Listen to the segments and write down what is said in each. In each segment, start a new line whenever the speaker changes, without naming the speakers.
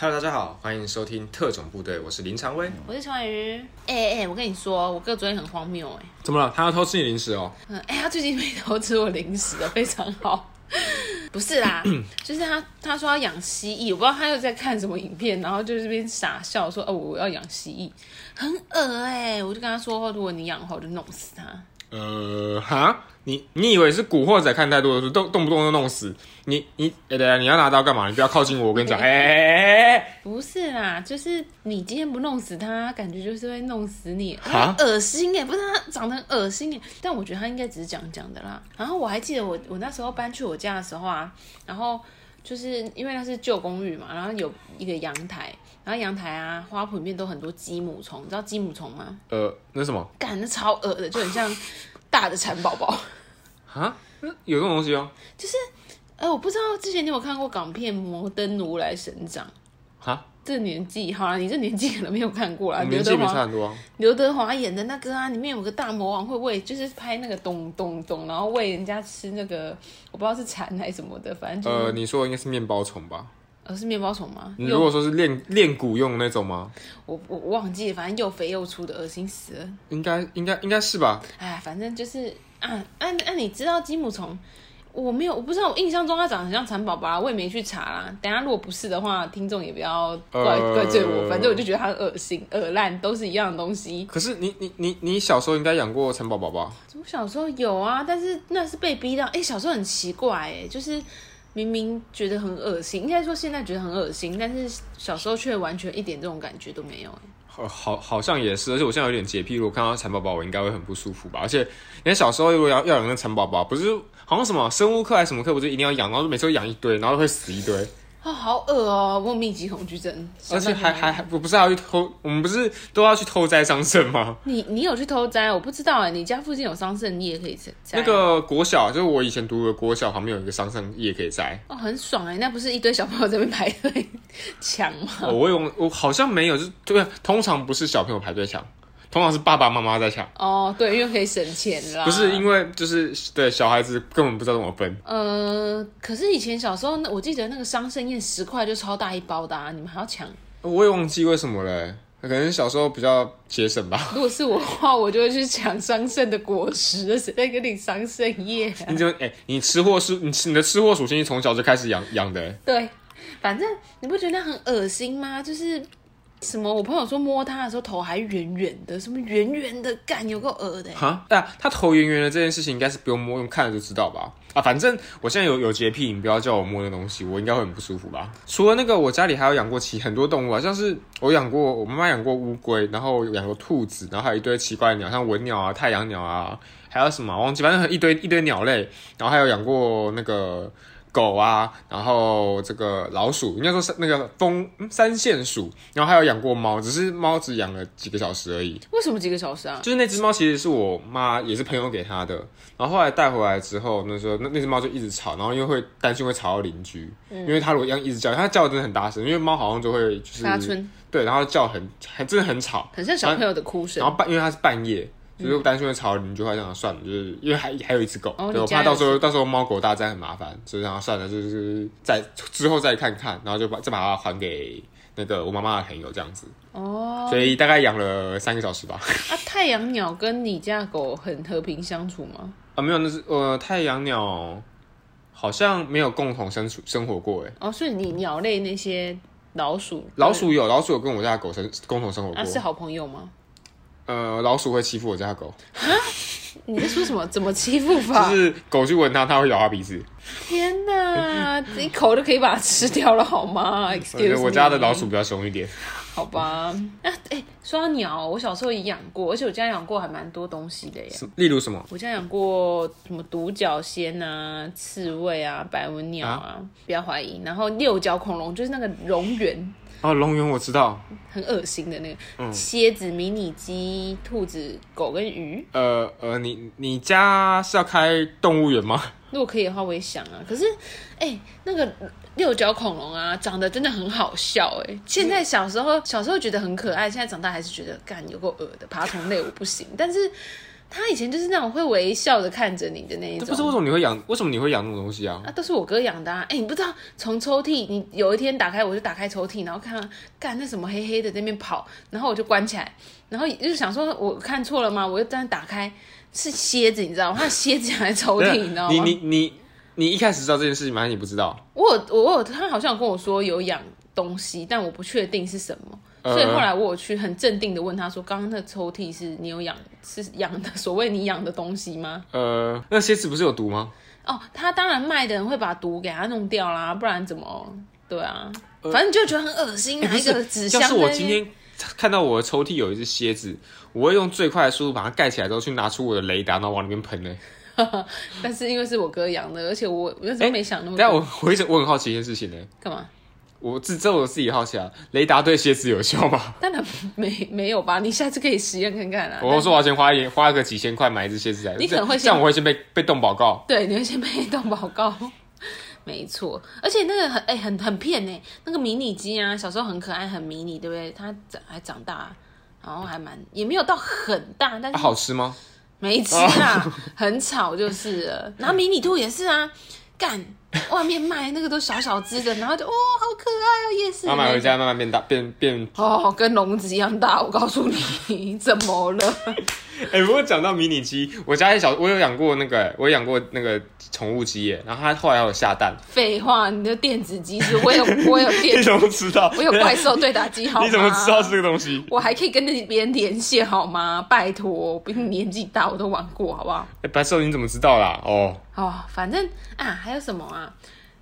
Hello，大家好，欢迎收听特种部队，我是林长威。
我是陈婉瑜。哎、哎、哎，我跟你说，我哥昨天很荒谬哎、
怎么了？他要偷吃你零食哦？
嗯，哎、他最近没偷吃我零食的，非常 好。不是 啦，就是他他说要养蜥蜴，我不知道他又在看什么影片，然后就这边傻笑说，哦，我要养蜥蜴，很恶哎、我就跟他说，如果你养的话，我就弄死他。
呃，哈，你你以为是古惑仔看太多的书，动动不动就弄死你？你哎，等一下你要拿刀干嘛？你不要靠近我，我 跟你讲，哎哎哎哎，
不是啦，就是你今天不弄死他，感觉就是会弄死你，
哈
很恶心哎、不是他长得很恶心哎、但我觉得他应该只是讲讲的啦。然后我还记得我我那时候搬去我家的时候啊，然后就是因为那是旧公寓嘛，然后有一个阳台，然后阳台啊花圃里面都很多鸡母虫，你知道鸡母虫吗？
呃，那什么
干，那超恶的，就很像大的蚕 宝 宝。
啊？有这种东西哦？
哎、我不知道之前你有看过港片《摩登如来神掌》。
哈，
这年纪好了，你这年纪可能没有看过啦。
我
刘
年
德
纪没
华
差很多啊。
刘德华演的那个啊，里面有个大魔王会喂，就是拍那个咚咚咚，然后喂人家吃那个，我不知道是蚕还是什么的，反正就是
呃，你说的应该是面包虫吧？
呃是面包虫吗？
你
又
如果说是练练骨用的那种吗？
我我我忘记了，反正又肥又粗的，恶心死了。
应该应该应该是吧？
哎，反正就是啊，那、啊、那、你知道金母虫？我没有，我不知道，我印象中它长得很像蚕宝宝啊，我也没去查啦。等一下如果不是的话，听众也不要怪、
呃
怪罪我，反正我就觉得它很恶心、恶烂，都是一样的东西。
可是你你你你小时候应该养过蚕宝宝啊吧？
我小时候有啊，但是那是被逼到。哎、小时候很奇怪、哎，就是明明觉得很恶心，应该说现在觉得很恶心，但是小时候却完全一点这种感觉都没有、哎
好好好像也是，而且我现在有点洁癖，如果看到蚕宝宝，我应该会很不舒服吧。而且，你看小时候如果要要养那个蚕宝宝，不是好像什么生物课还是什么课，不是一定要养，然后每次都养一堆，然后会死一堆，
哦，好恶哦、我有密集恐惧症，
而且
想到
还
就
还还不不是还要去偷，我们不是都要去偷摘桑葚吗？
你你有去偷摘？我不知道哎、你家附近有桑葚，你也可以摘。
那个国小就是我以前读的国小旁边有一个桑葚叶可以摘，
哦，很爽哎、那不是一堆小朋友在那边排队抢吗？
哦、我有我好像没有，就是对，通常不是小朋友排队抢，通常是爸爸妈妈在抢，
哦，对，因为可以省钱啦。
不是因为就是对小孩子根本不知道怎么分，
呃，可是以前小时候，那我记得那个桑葚叶十块就超大一包的啊，你们还要抢？
我也忘记为什么了，可能小时候比较节省吧。
如果是我的话，我就会去抢桑葚的果实，谁在跟你桑葚叶、啊？
你怎么？哎、你吃货是你吃你的吃货属性是从小就开始养养的、欸
对，反正你不觉得那很恶心吗？就是什么，我朋友说摸它的时候头还圆圆的，什么圆圆的，干有够恶的、欸
哈？对啊，他头圆圆的这件事情应该是不用摸，用看了就知道吧？啊，反正我现在有有洁癖，你不要叫我摸那东西，我应该会很不舒服吧？除了那个，我家里还有养过其很多动物啊，像是我养过我妈妈养过乌龟，然后有养过兔子，然后还有一堆奇怪的鸟，像文鸟啊、太阳鸟啊，还有什么啊忘记，反正很一堆一堆鸟类，然后还有养过那个。狗啊，然后这个老鼠，应该说是那个风嗯三线鼠，然后还有养过猫，只是猫只养了几个小时而已。
为什么几个小时啊？
就是那只猫其实是我妈也是朋友给她的，然后后来带回来之后，那时候那那只猫就一直吵，然后又会担心会吵到邻居，
嗯
因为它如果一样一直叫，它叫得真的很大声，因为猫好像就会就是
沙村
对，然后叫很很真的很吵，
很像小朋友的哭声
然。后半因为它是半夜。
嗯
就是担心会吵到邻居，后来想算了，就是因为还还有一只狗，
哦
对我
你家
怕到
有
时候到时候猫狗大战很麻烦，所以想算了，就是再之后再看看，然后就把再把它还给那个我妈妈的朋友这样子，
哦，
所以大概养了三个小时吧。
啊，太阳鸟跟你家的狗很和平相处吗？
啊，没有，那是呃，太阳鸟好像没有共同相处生活过诶。
哦，所以你鸟类那些老鼠，
老鼠有，老鼠有跟我家的狗生共同生活过
啊。是好朋友吗？
呃，老鼠会欺负我家的狗，
你在说什么？怎么欺负
就
法？
是狗去闻它，它会咬它鼻 子。
天哪， 一口就可以把它吃掉了好吗
我觉
？Excuse
得
me，
我家的老鼠比较凶一点。
好吧？啊，哎、说到鸟，我小时候也养过，而且我家养过还蛮多东西的耶。
什例如什么？
我家养过什么独角仙啊、刺猬啊、白纹鸟啊，不要怀疑。然后六角恐龙就是那个蝾螈，
哦，龙源我知道。
很恶心的那
嗯
个蝎子、迷你鸡、兔子、狗跟鱼。
呃呃，你你家是要开动物园吗？
如果可以的话，我也想啊。可是，哎、那个六角恐龙啊，长得真的很好笑哎、现在小时候小时候觉得很可爱，现在长大还是觉得干有够恶的。爬虫类我不行，但是他以前就是那种会微笑的看着你的那一
这
种。
不是为什么你会养？为什么你会养那种东西啊？
啊，都是我哥养的啊！哎、你不知道，从抽屉，你有一天打开，我就打开抽屉，然后看到，干那什么黑黑的在那边跑，然后我就关起来，然后就想说我看错了吗？我就这样打开，是蝎子，你知道吗？它的蝎子还在抽屉，你知道吗？
啊你你你你一开始知道这件事情吗？还是你不知道？
我有我有，他好像有跟我说有养东西，但我不确定是什么。
嗯
所以后来我有去很镇定的问他说：“刚刚那抽屉是你有养是养的 所谓你养的东西吗
呃，那蝎子不是有毒吗？？”
哦，他当然卖的人会把毒给他弄掉啦，不然怎么？对啊，反正你就觉得很恶心，拿
呃哎不
一个
是
纸箱
要是
在那边。
我今天看到我的抽屉有一只蝎子，我会用最快的速度把它盖起来之后，去拿出我的雷达，然后往里面喷呢、
但是因为是我哥养的，而且我我那时候
哎
没想那么
但
多，
我我一直我很好奇一件事情呢、
干嘛？
我自这我自己好奇啊，雷达对蝎子有效 吗？
当然没没有吧，你下次可以实验看看啊啦。
我说我要先花一花个几千块买一只蝎子来，
你可能会先
这样我会先被被动报告。
对，你会先被动报告。没错，而且那个很哎、很很骗呢、那个迷你鸡啊，小时候很可爱，很迷你，对不对？它长还长大，然后还蛮也没有到很大，但
啊、
是
好吃吗？
没吃啊，很吵就是了。然后迷你兔也是啊，干外面卖那个都小小只的，然后就哦好可爱哦，夜市
然后啊买回家慢慢变大，变 变。
哦跟笼子一样大，我告诉你 怎么了？
哎、不过讲到迷你鸡，我家也小，我有养过那个，我有养过那个宠物鸡耶，然后它后来还有下蛋，
废话，你的电子鸡是我有我有
你
电，
怎么知道？
我有怪兽对打机好吗？
你怎么知道是这个东西？
我还可以跟那别人连线好吗？拜托，比你年纪大，我都玩过，好不好？
哎、白瘦你怎么知道啦？哦，
哦，反正啊，还有什么啊？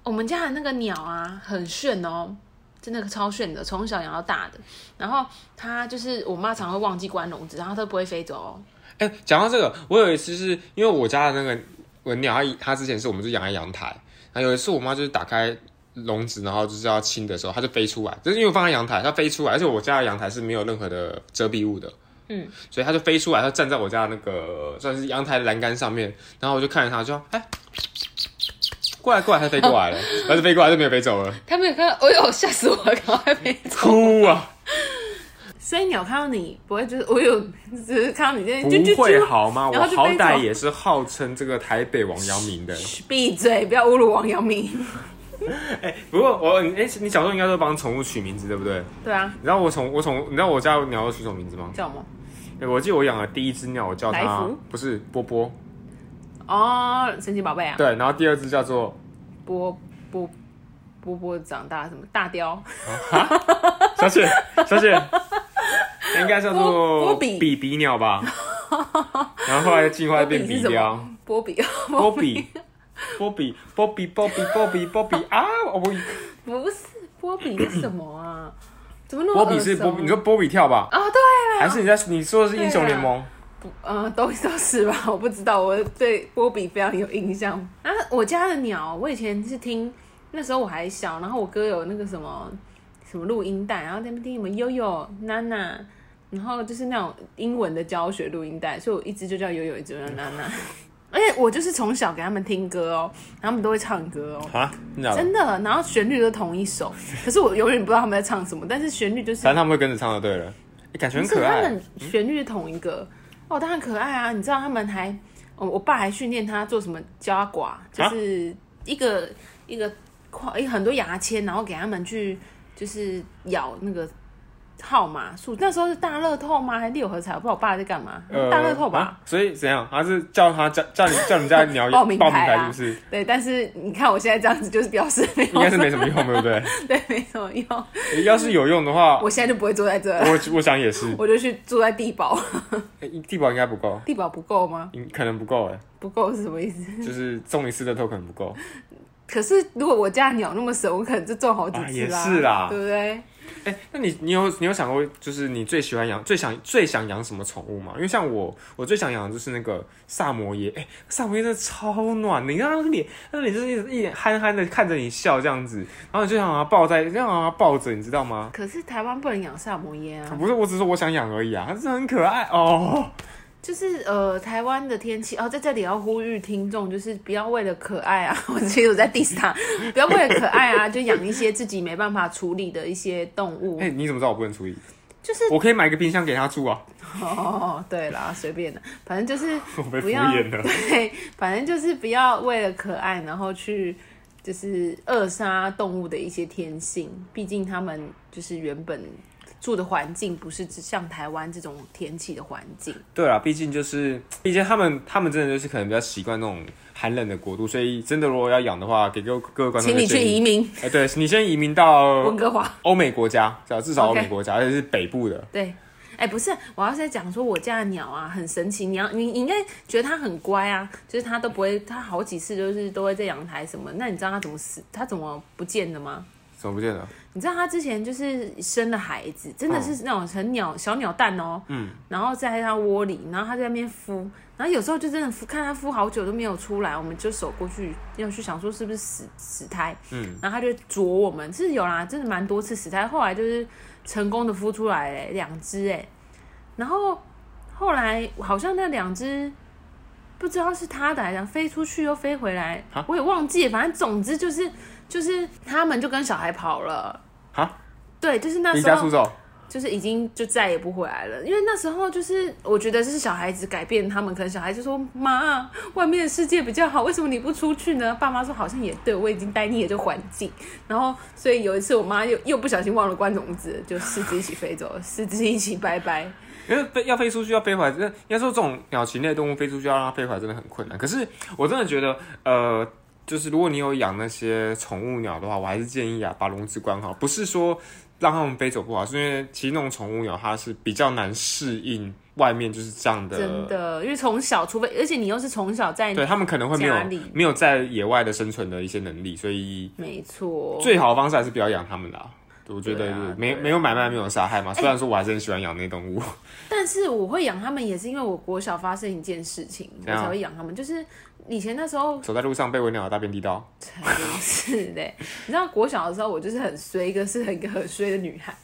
我们家的那个鸟啊，很炫哦，真的超炫的，从小养到大的。然后它就是我妈常会忘记关笼子，然后它都不会飞走哦。
哎、讲到这个，我有一次是因为我家的那个文鸟，它它之前是我们就养在阳台，然后有一次我妈就是打开笼子，然后就是要清的时候，它就飞出来，就是因为我放在阳台，它飞出来，而且我家的阳台是没有任何的遮蔽物的，
嗯，
所以它就飞出来，它站在我家那个算是阳台的栏杆上面，然后我就看着它，就说哎。过来过来，它飞过来了，然后就飞过来就没有飞走了，
它没有看到，哎呦，吓死我了，赶快飞走。
哭 啊！
所以鸟看到你不会就是，我有只是看到你这
不会好吗？我
然后就
好
飞走
歹也是号称这个台北王阳明 的，
闭嘴，不要侮辱王阳明。
不过我哎、你小时候应该都帮宠物取名字对不对？
对啊，
你知道我从我从你知道我家有鸟都取什么名字吗？
叫什么？
哎我记得我养的第一只鸟，我叫
来
它
福
不是波波，
哦，神奇宝贝啊。
对，然后第二只叫 做
波波波波长大什么大雕，
小雪，小雪，应该叫
波
做
波比
比比鸟 吧。然后后来进化变
波比
比
是什
雕，
么？波比
波比，波比，波比，波比，波比，波比啊！我
不是波比是什么啊？怎么那么
波比是
耳熟
波比，你说波比跳吧？
啊？对
还是你在你说的是英雄联盟？
啊，呃，都 都是吧，我不知道，我对波比非常有印象。啊，我家的鸟，我以前是听那时候我还小，然后我哥有那个什么什么录音带，然后在那边听什么悠悠娜娜。然后就是那种英文的教学录音带，所以我一直就叫悠悠，一直就叫娜娜。而且我就是从小给他们听歌哦，他们都会唱歌哦。
啊，真的假的？
真的，然后旋律都同一首，可是我永远不知道他们在唱什么，但是旋律就是
反正他们会跟着唱就对了，欸感觉很
不是
可
他
爱。
们旋律是同一个，哦，当然可爱啊！你知道他们还，哦、我爸还训练他做什么加寡，
啊
就是一个、一个框，一很多牙签，然后给他们去就是咬那个号码数。那时候是大乐透吗？还是六合彩？我不知道我爸在干嘛，大乐透吧。
啊所以怎样？他是叫他叫叫你叫你家的鸟
报名牌
牌
啊
是不是？
对，但是你看我现在这样子，就是表示没
应
有，
该是没什么用，对不对？
对，没什么用。
欸要是有用的话，
我现在就不会坐在这了，
我我想也是。
我就去住在地堡。
欸地保应该不够，
地堡不够吗？
应可能不够哎，
不够是什么意思？
就是中一次的头可能不够。
可是如果我家的鸟那么神，我可能就中好几
啊
次
也
啦，
是啦
对不对？
哎，那你你有你有想过，就是你最喜欢养、最想最想养什么宠物吗？因为像我，我最想养的就是那个萨摩耶。哎，萨摩耶真的超暖的，你看它脸，它的脸就是一直一脸憨憨的看着你笑这样子，然后你就想把它抱在，想把它抱着，你知道吗？
可是台湾不能养萨摩耶啊，
不是，我只是说我想养而已啊，它真的很可爱哦。
就是呃，台湾的天气哦，在这里要呼吁听众，就是不要为了可爱啊， 我其实我在 diss 他，不要为了可爱啊，就养一些自己没办法处理的一些动物。
哎、你怎么知道我不能处理？
就是
我可以买个冰箱给他住啊，
哦，对啦，随便的，反正就是
我被敷
不要
衍了。
对，反正就是不要为了可爱，然后去就是扼杀动物的一些天性。毕竟它们就是原本住的环境不是只像台湾这种天气的环境。
对啦，毕竟就是，毕竟他们他们真的就是可能比较习惯那种寒冷的国度，所以真的如果要养的话，给各位各位观众
请
一个
你去
建议
移民
哎、对你先移民到
温哥华。
欧美国家，至少至少欧
OK
美国家，而且是北部的。
对，哎、不是，我要是在讲说我家的鸟啊很神奇，你要你你应该觉得它很乖啊，就是它都不会，它好几次就是都会在阳台什么。那你知道它怎么死，它怎么不见的吗？
怎么不见了？
你知道他之前就是生了孩子，真的是那种很鸟、小鸟蛋哦、嗯，然后在他窝里，然后他在那边孵，然后有时候就真的孵，看他孵好久都没有出来，我们就手过去要去想说是不是死死胎，嗯，然后他就啄我们，是有啦，真的蛮多次死胎，后来就是成功的孵出来嘞，两只哎，然后后来好像那两只。不知道是他的来讲，飞出去又飞回来
啊，
我也忘记了，反正总之就是就是他们就跟小孩跑了，
啊，
对，就是那
离
时
家出
候
走？
就是已经就再也不回来了，因为那时候就是我觉得就是小孩子改变他们，可能小孩就说妈，外面的世界比较好，为什么你不出去呢？爸妈说好像也对，我已经待腻了这个环境，然后所以有一次我妈又又不小心忘了关笼子，就四只一起飞走了，四只一起 拜拜。
因为飞要飞出去要飞回来，真的应该说这种鸟禽类动物飞出去要让它飞回来真的很困难。可是我真的觉得，呃，就是如果你有养那些宠物鸟的话，我还是建议啊，把笼子关好。不是说让它们飞走不好，是因为其实那种宠物鸟它是比较难适应外面就是这样的，
真的，因为从小，除非而且你又是从小在，
呃对它们可能会没
家
有
里
没有在野外的生存的一些能力，所以
没错，
最好的方式还是不要养它们啦。我觉得
对啊
没、
对啊哎
没有买卖，没有杀害嘛。虽然说我还是很喜欢养那动物，
但是我会养它们，也是因为我国小发生一件事情，我
怎样
才会养它们。就是以前那时候
走在路上被文鸟大便滴到，
才不是嘞！你知道国小的时候，我就是很衰，一个是很一个很衰的女孩。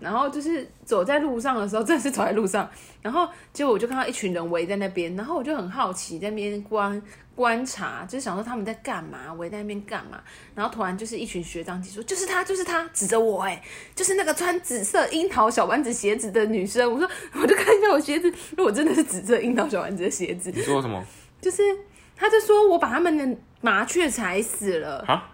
然后就是走在路上的时候，真的是走在路上，然后结果我就看到一群人围在那边，然后我就很好奇在那边观观察，就是想说他们在干嘛，围在那边干嘛。然后突然就是一群学长姐说，就是他，就是他，指着我、哎，就是那个穿紫色樱桃小丸子鞋子的女生。我说，我就看一下我鞋子，如果真的是紫色樱桃小丸子的鞋子，
你说什么
就是他就说我把他们的麻雀踩死了
啊？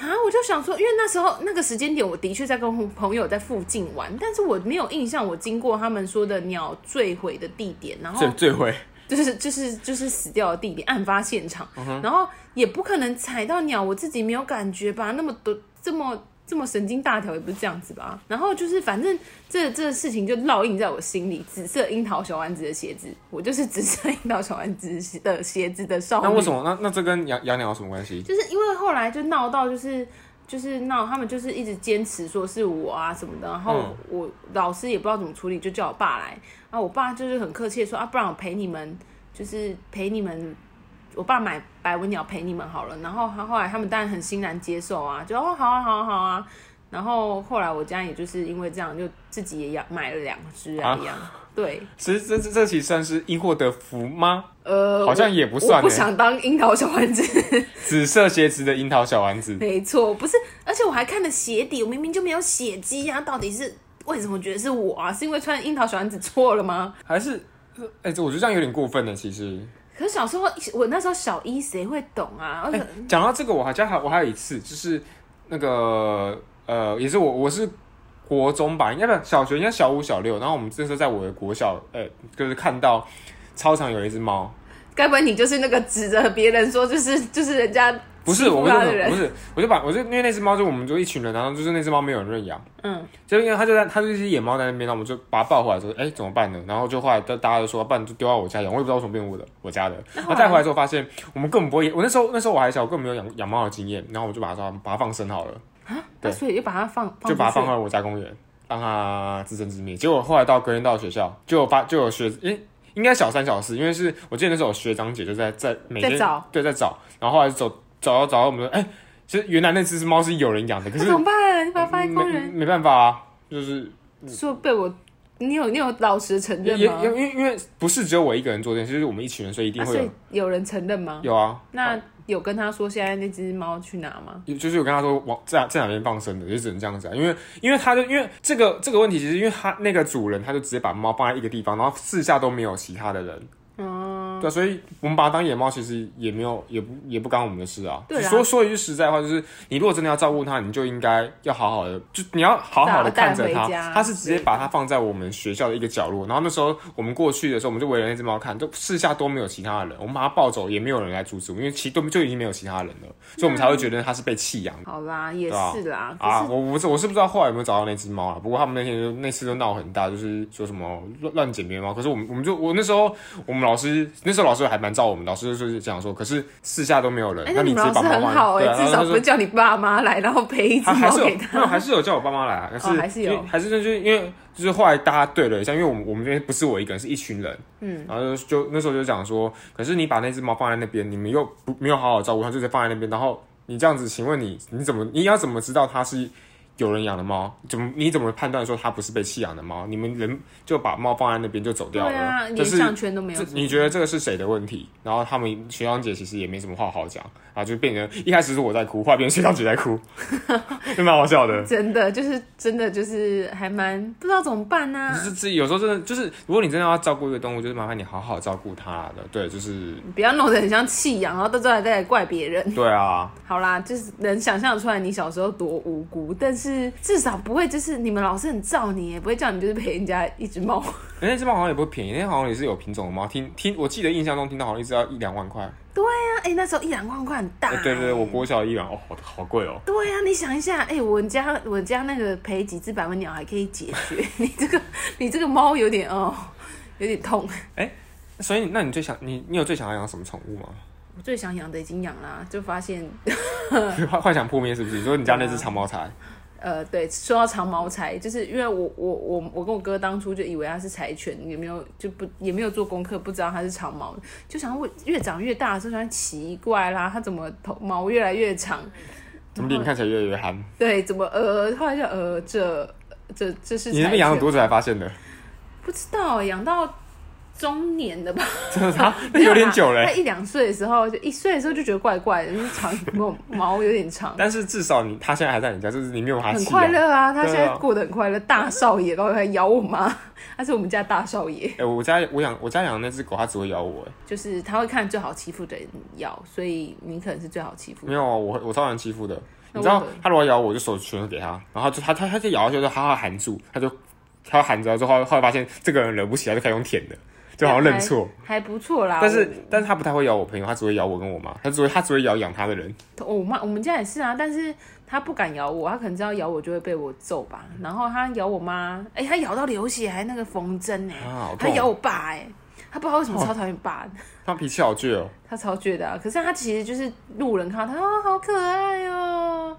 啊！我就想说，因为那时候那个时间点，我的确在跟朋友在附近玩，但是我没有印象我经过他们说的鸟坠毁的地点，然后
最最会。
就是就是就是死掉的地点，案发现场，
嗯
然后也不可能踩到鸟，我自己没有感觉吧？那么多这么这么神经大条也不是这样子吧？然后就是反正这这事情就烙印在我心里，紫色樱桃小丸子的鞋子，我就是紫色樱桃小丸子的鞋子的少女。
那为什么？那那这跟养养鸟有什么关系？
就是因为后来就闹到就是就是闹，他们就是一直坚持说是我啊什么的，然后
嗯
我老师也不知道怎么处理，就叫我爸来，然后我爸就是很客气的说啊，不然我陪你们，就是陪你们。我爸买白文鸟陪你们好了，然后他后来他们当然很欣然接受啊，就哦好啊好啊好啊，然后后来我家也就是因为这样，就自己也养买了两只啊
啊
一样，对，
其实这这这其实算是因祸得福吗？
呃，
好像
我
也不算
我不
欸
想当樱桃小丸子，
紫色鞋子的樱桃小丸子，
没错，不是，而且我还看了鞋底，我明明就没有血迹呀、到底是为什么觉得是我啊？是因为穿樱桃小丸子错了吗？
还是哎、这我觉得这样有点过分了。其实，
可是小时候，我那时候小一谁会懂啊？而且、
讲到这个，我好像还我还有一次，就是那个呃，也是我我是国中吧，应该不小学，应该小五小六。然后我们这时候在我的国小，呃，就是看到操场有一只猫，
该不会你就是那个指着别人说，就是就是人家
不是，
欺负
我就
他
很
的人
不是，我就把我就因为那只猫就我们就一群人，然后就是那只猫没有人认养，
嗯，
就因为它就在它就是一只野猫在那边，然后我们就把它抱回来，说哎、怎么办呢？然后就后来大大家就说，不然就丢到我家养，我也不知道为什么变我的我家的。然后带回来之后发现我们根本不会，我那时候那时候我还小，我根本没有养养猫的经验，然后我就把它把它放生好了，
啊，那
对
所以就把它放，
就把它放
出去
回我家公园，让它自生自灭。结果后来到隔天到学校，就有发就有学诶。应该小三小四，因为是我记得那时候有学长姐就在在每天
在找
对在找，然后后来就走找到找到我们说，哎、其实原来那只是猫是有人养的，可是
那怎么办？你把它放在
没
公园，
没办法啊，就是
说被我你有你有老实承
也
认
也
吗？
因为因为不是只有我一个人做这件事，就是我们一群人，所以一定
啊，
会
所
有、
以有人承认吗？
有啊。
那有跟他说现在那只猫去哪吗？
有就是我跟他说往在在哪边放生的，就只能这样子啊，因为因为他就因为这个这个问题，其实因为他那个主人他就直接把猫放在一个地方，然后四下都没有其他的人，
嗯，
对啊，所以我们把它当野猫，其实也没有，也不也不干我们的事啊。
对啊
说说一句实在话，就是你如果真的要照顾它，你就应该要好好的，就你要好好的
把它带
看着它
回家。
它是直接把它放在我们学校的一个角落，然后那时候我们过去的时候，我们就围着那只猫看，就四下都没有其他的人，我们把它抱走，也没有人来阻止我们，因为其实都就已经没有其他人了，所以我们才会觉得它是被弃养的。
好啦，也
对啊
是啦，可
啊，
是
我我是我是不知道后来有没有找到那只猫啊。不过他们那天就那次就闹很大，就是说什么乱乱捡别人猫。可是我们我们就我那时候我们老师那时候老师还蛮照我们，老师就是这样说，可是私下都没有人，
哎，
那
那
你
你
直
们
接
老师
把猫放
很好
对啊然
哎，至
后他
少
就
不是叫你爸妈来，然后赔一只
还还
猫
是有
给
没有，
他。
还是有叫我爸妈来啊，但是、
哦还是有
因为还是就是因为就是后来大家对了一下，因为我们我们这边不是我一个人，是一群人，嗯，然后就就那时候就讲说，可是你把那只猫放在那边，你们又不没有好好照顾它，就在放在那边，然后你这样子，请问你你怎么你要怎么知道它是？有人养的猫，怎么你怎么判断说它不是被弃养的猫？你们人就把猫放在那边就走
对
掉了，
啊，连
这是
项圈都没有
这。你觉得这个是谁的问题？然后他们学长姐其实也没什么话好讲，然后就变成一开始是我在哭，后来变成学长姐在 哭，就蛮好笑的。
真的就是真的就是还蛮不知道怎么办呢、啊
就是自己有时候真的就是，如果你真的要照顾一个动物，就是麻烦你好好照顾它的。对，就是
你不要弄得很像弃养，然后到最后还再来怪别人。
对啊，
好啦，就是能想象出来你小时候多无辜，但是至少不会就是你们老师很照你，也不会叫你就是陪人家一只猫。
哎那只猫好像也不便宜，那好像也是有品种的猫。听听，我记得印象中听到好像一只要一两万块。
那哎、那时候一两万块很大、欸
哎对对对，我国小一两，哦，好好贵哦。
对啊，你想一下，哎、我家我家那个陪几只百文鸟还可以解决， 你这个你这个猫有点哦，有点痛。
所以，那你最想你你有最想要养什么宠物吗？
我最想养的已经养啦，就发现
幻幻想破灭是不是？你说你家那只长毛柴，
呃，对，说到长毛柴，就是因为我我我我跟我哥当初就以为它是柴犬，也没有就不也没有做功课，不知道它是长毛，就想我越长越大的时候，想奇怪啦，它怎么头毛越来越长？
怎么脸看起来越来越憨？
对，怎么呃，后来就呃，这这这是
你那
柴
边养了
犬，
多久才发现的？
不知道养到中年的吧，
真的吗？那 有点久嘞
他。一两岁的时候，就一岁的时候就觉得怪怪的，就是长毛毛有点长。
但是至少你他现在还在你家，就是你没有把他
很
弃
快
养。
乐啊，他
对啊
现在过得很快乐，大少爷，然后还咬我妈，他是我们家大少爷。
哎、我家我养我家养的那只狗，它只会咬我。哎，
就是他会看最好欺负的人咬，所以你可能是最好欺负
没。有啊，我我超常欺负的。
那
你知道
为何
它如果咬我，我就手全部给它，然后就它它它就咬下去，就好好含住，它就它含着之后，后来发现这个人惹不起，它就开始用舔的，就好像认错。
还不错啦。
但是但是它不太会咬我朋友，它只会咬我跟我妈，它只会它只会咬养它的人。
我我妈我们家也是啊，但是他不敢咬我，他可能知道咬我就会被我揍吧。然后他咬我妈，哎、他咬到流血，还那个缝针哎
啊好，
他
痛
咬我爸哎、他不知道为什么超讨厌爸的。
它脾气好倔哦、
他超倔的、啊，可是他其实就是路人看到他啊、好可爱哦、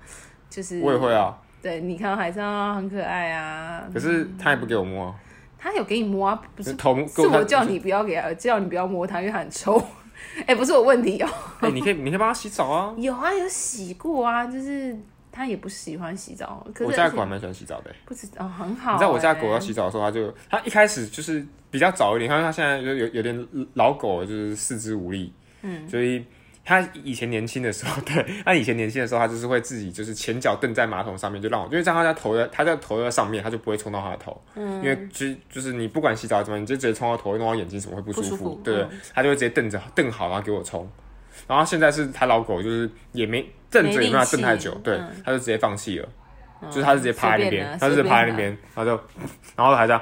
就是
我也会，啊，
对你看到还是啊很可爱啊。
可是它也不给我摸啊，
他有给你摸啊，不是
头
是
给
我
看
叫你不要给他，叫你不要摸它，因为它很臭。 哎、不是我问题哦、
哎、你可以你可以帮它洗澡啊。
有啊，有洗过啊，就是它也不喜欢洗澡。可是
我家
而
的
且
狗还蛮喜欢洗澡的、哎
不知道、哦、很好、
你知道我家
哎
狗要洗澡的时候，它就它一开始就是比较早一点，因为它现在就有有点老狗了，就是四肢无力，嗯，所以它以前年轻的时候， 对，它以前年轻的时候，它就是会自己就是前脚蹬在马桶上面，就让我，因为这样它在头的，它在头的上面，它就不会冲到它的头，嗯，因为就是就是你不管洗澡怎么样，你就直接冲到头，弄到眼睛什么会不舒
不舒
服
服，
对
嗯，
它就会直接蹬着蹬好，然后给我冲。然后现在是它老狗，就是也没蹬着也没办法蹬太久
没力气，嗯
对，它就直接放弃了。就是他是直接趴在那
随便
边
啊，
他是直接趴在那
随便
边，然后就， 然后还这样，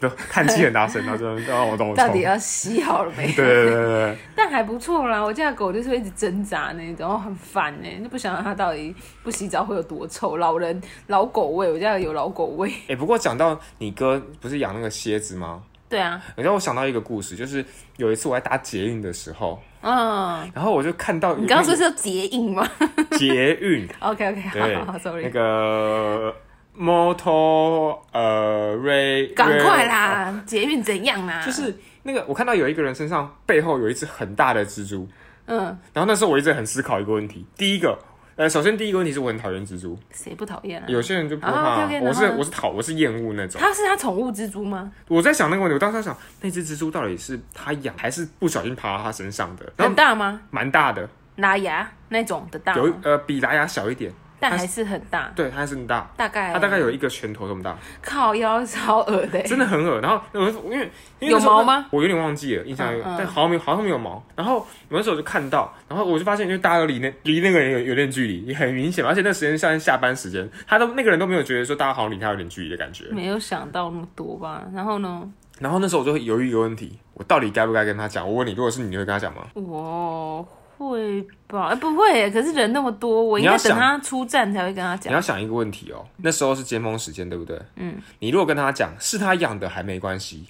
就叹气很大声，然后就 让我懂我
到
冲。
底
对
要洗好了没？
对对对对，
但还不错啦，我家的狗就是会一直挣扎那种，然哦后很烦呢、就不想让它到底不洗澡会有多臭。老人老狗味，我家有老狗 味。
哎、不过讲到你哥不是养那个蝎子吗？
对啊，
你知道我想到一个故事，就是有一次我在搭捷运的时候，
嗯，
然后我就看到
你刚刚说是要结印 吗
是捷 运，
？OK OK，
对
好好好，sorry，
那个 motor 呃 ray，
赶快，啦，捷运怎样啊啦？
就是那个我看到有一个人身上背后有一只很大的蜘蛛，
嗯，
然后那时候我一直很思考一个问题：第一个，呃，首先第一个问题是我很讨厌蜘蛛，
谁不讨厌啊？
有些人就不怕、
啊，OK，OK，
我是
然后呢
我是讨我是厌恶那种。
他是他宠物蜘蛛吗？
我在想那个问题，我当时在想那只蜘蛛到底是他养还是不小心爬到他身上的，然
很
后
大吗？
蛮大的，
拉牙那种的大吗，
有一呃比蓝牙小一点，
但还是很大，
对，它还是很大。
大概
它大概有一个拳头这么大，
靠腰超恶的欸，
真的很恶。然后我就因为因为
有
那时候
毛吗？
我有点忘记了，印象有，
嗯嗯
但好像没有，好像没有毛。然后我那时候就看到，然后我就发现，因为大家都离那离那个人有有点距离，也很明显嘛。而且那时间像是下班时间，他都那个人都没有觉得说大家好像离他有点距离的感觉。
没有想到那么多吧？然后呢，
然后那时候我就会犹豫一个问题，我到底该不该跟他讲？我问你，如果是你，你会跟他讲吗？
我会吧？哎、不会欸，可是人那么多，我应
你
该
要想
等他出站才会跟他
你
讲。
要想一个问题哦，那时候是尖峰时间，对不对？
嗯，
你如果跟他讲是他养的还没关系，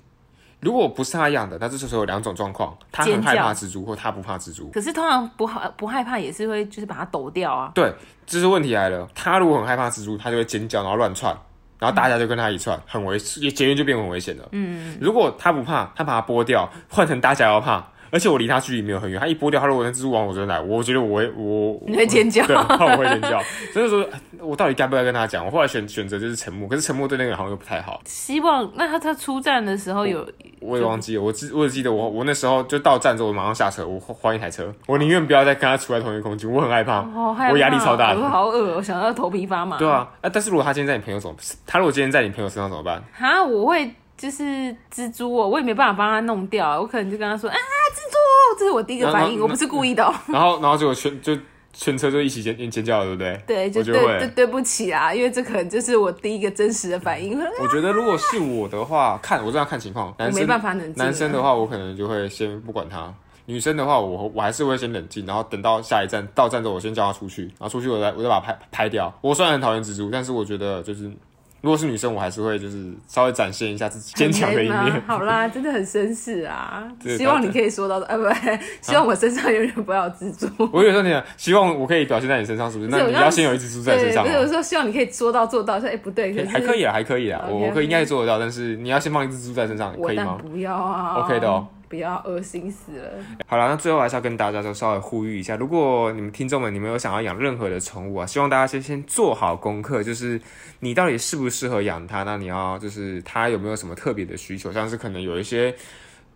如果不是他养的，那这时候有两种状况，他很
尖叫
害怕蜘蛛，或他不怕蜘蛛。
可是通常不害不害怕，也是会就是把它抖掉 啊。
对，这是问题来了，他如果很害怕蜘蛛，他就会尖叫，然后乱窜。然后大家就跟他一串，很危，捷运就变得很危险了。嗯，如果他不怕，他把它剥掉，换成大家要怕，而且我离他距离没有很远，他一剥掉，他如果那蜘蛛往我这边来，我觉得我会，我
你会尖叫
对，啊我会尖叫。所以说，我到底该不该跟他讲？我后来选选择就是沉默，可是沉默对那个人好像又不太好。
希望那他他出站的时候有
我也忘记了，我只我只记得我我那时候就到站之后，我马上下车，我换换一台车，我宁愿不要再跟他处在同一个空间，我很害怕，
哦，害怕
我压力超大的
我好恶，我想到头皮发麻。
对啊，啊，但是如果他今天在你朋友怎么，他如果今天在你朋友身上怎么 办？
哈，我会就是蜘蛛哦，我也没办法帮它弄掉啊，我可能就跟他说啊，蜘蛛，这是我第一个反
那
应，
那
我不是故意的、哦。
然后，然后结果全就全车就一起尖尖叫了，对不对？
对，就
我觉
对
得
对
会。
对不起啊，因为这可能就是我第一个真实的反应。
我觉得如果是我的话，看我这样看情况，男
我
生
没办法冷静啊
男生的话，我可能就会先不管他。女生的话我，我还是会先冷静，然后等到下一站到站之后，我先叫他出去，然后出去我再我再把他拍拍掉。我虽然很讨厌蜘蛛，但是我觉得就是如果是女生，我还是会就是稍微展现一下自己 坚强的一
很累吗
面。
好啦，真的很绅士啊！
对
希望你可以说到， 呃，不，希望我身上永远不要有蜘蛛。
我有时候你希望我可以表现在你身上，是不是？
不 是
那
我
你
刚
要先有一只蜘蛛在你身
对，
上
不
哦。
是我说，希望你可以说到做到。说，哎、不对，可是
还可以啊，还可以啊，我
OK，OK
我可以应该做得到，但是你要先放一只蜘蛛在身上，
我
可以
但
吗？
不要啊
OK 的哦，
不要恶心死了。
好了，那最后还是要跟大家就稍微呼吁一下，如果你们听众们你们有想要养任何的宠物啊，希望大家先先做好功课，就是你到底适不适合养它，那你要就是它有没有什么特别的需求，像是可能有一些。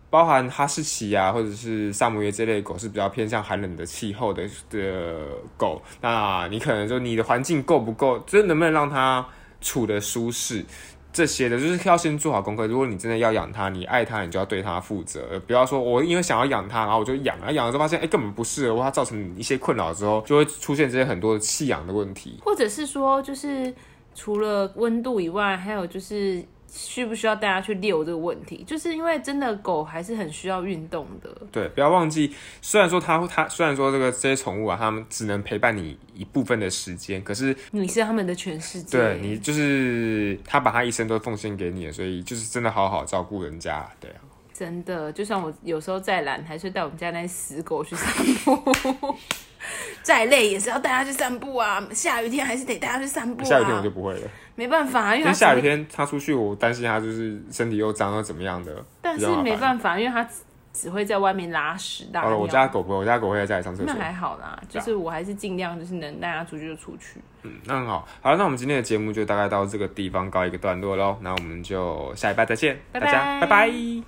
包含哈士奇啊，或者是萨摩耶这类狗是比较偏向寒冷的气候的的狗，那你可能就你的环境够不够，就是能不能让它处的舒适，这些的，就是要先做好功课。如果你真的要养它，你爱它，你就要对它负责，而不要说我因为想要养它，然后我就养了，养了之后发现哎、根本不适合，或它造成你一些困扰之后，就会出现这些很多的弃养的问题。
或者是说，就是除了温度以外，还有就是需不需要带它去遛这个问题，就是因为真的狗还是很需要运动的。
对，不要忘记，虽然说它它虽然说这个这些宠物啊，它们只能陪伴你一部分的时间，可是
你是他们的全世界，
对你就是它把它一生都奉献给你了，所以就是真的好好照顾人家。对啊，
真的，就算我有时候再懒，还是会带我们家那死狗去散步。 再累也是要带它去散步啊！下雨天还是得带它去散步啊！
下雨天我就不会了，
没办法，
因
因为它
为下雨
只会，
天它出去，我担心它就是身体又脏又怎么样的。
但
比
是
较麻
没
烦
办法，因为它只只会在外面拉屎大
好了，
尿。
我家狗不会，我家狗会在家里上厕
那
所。
还好啦，
啊
就是我还是尽量就是能带它出去就出去。
那很好，好了，那我们今天的节目就大概到这个地方告一个段落喽。那我们就下一拜再见，
拜
大家
拜
拜拜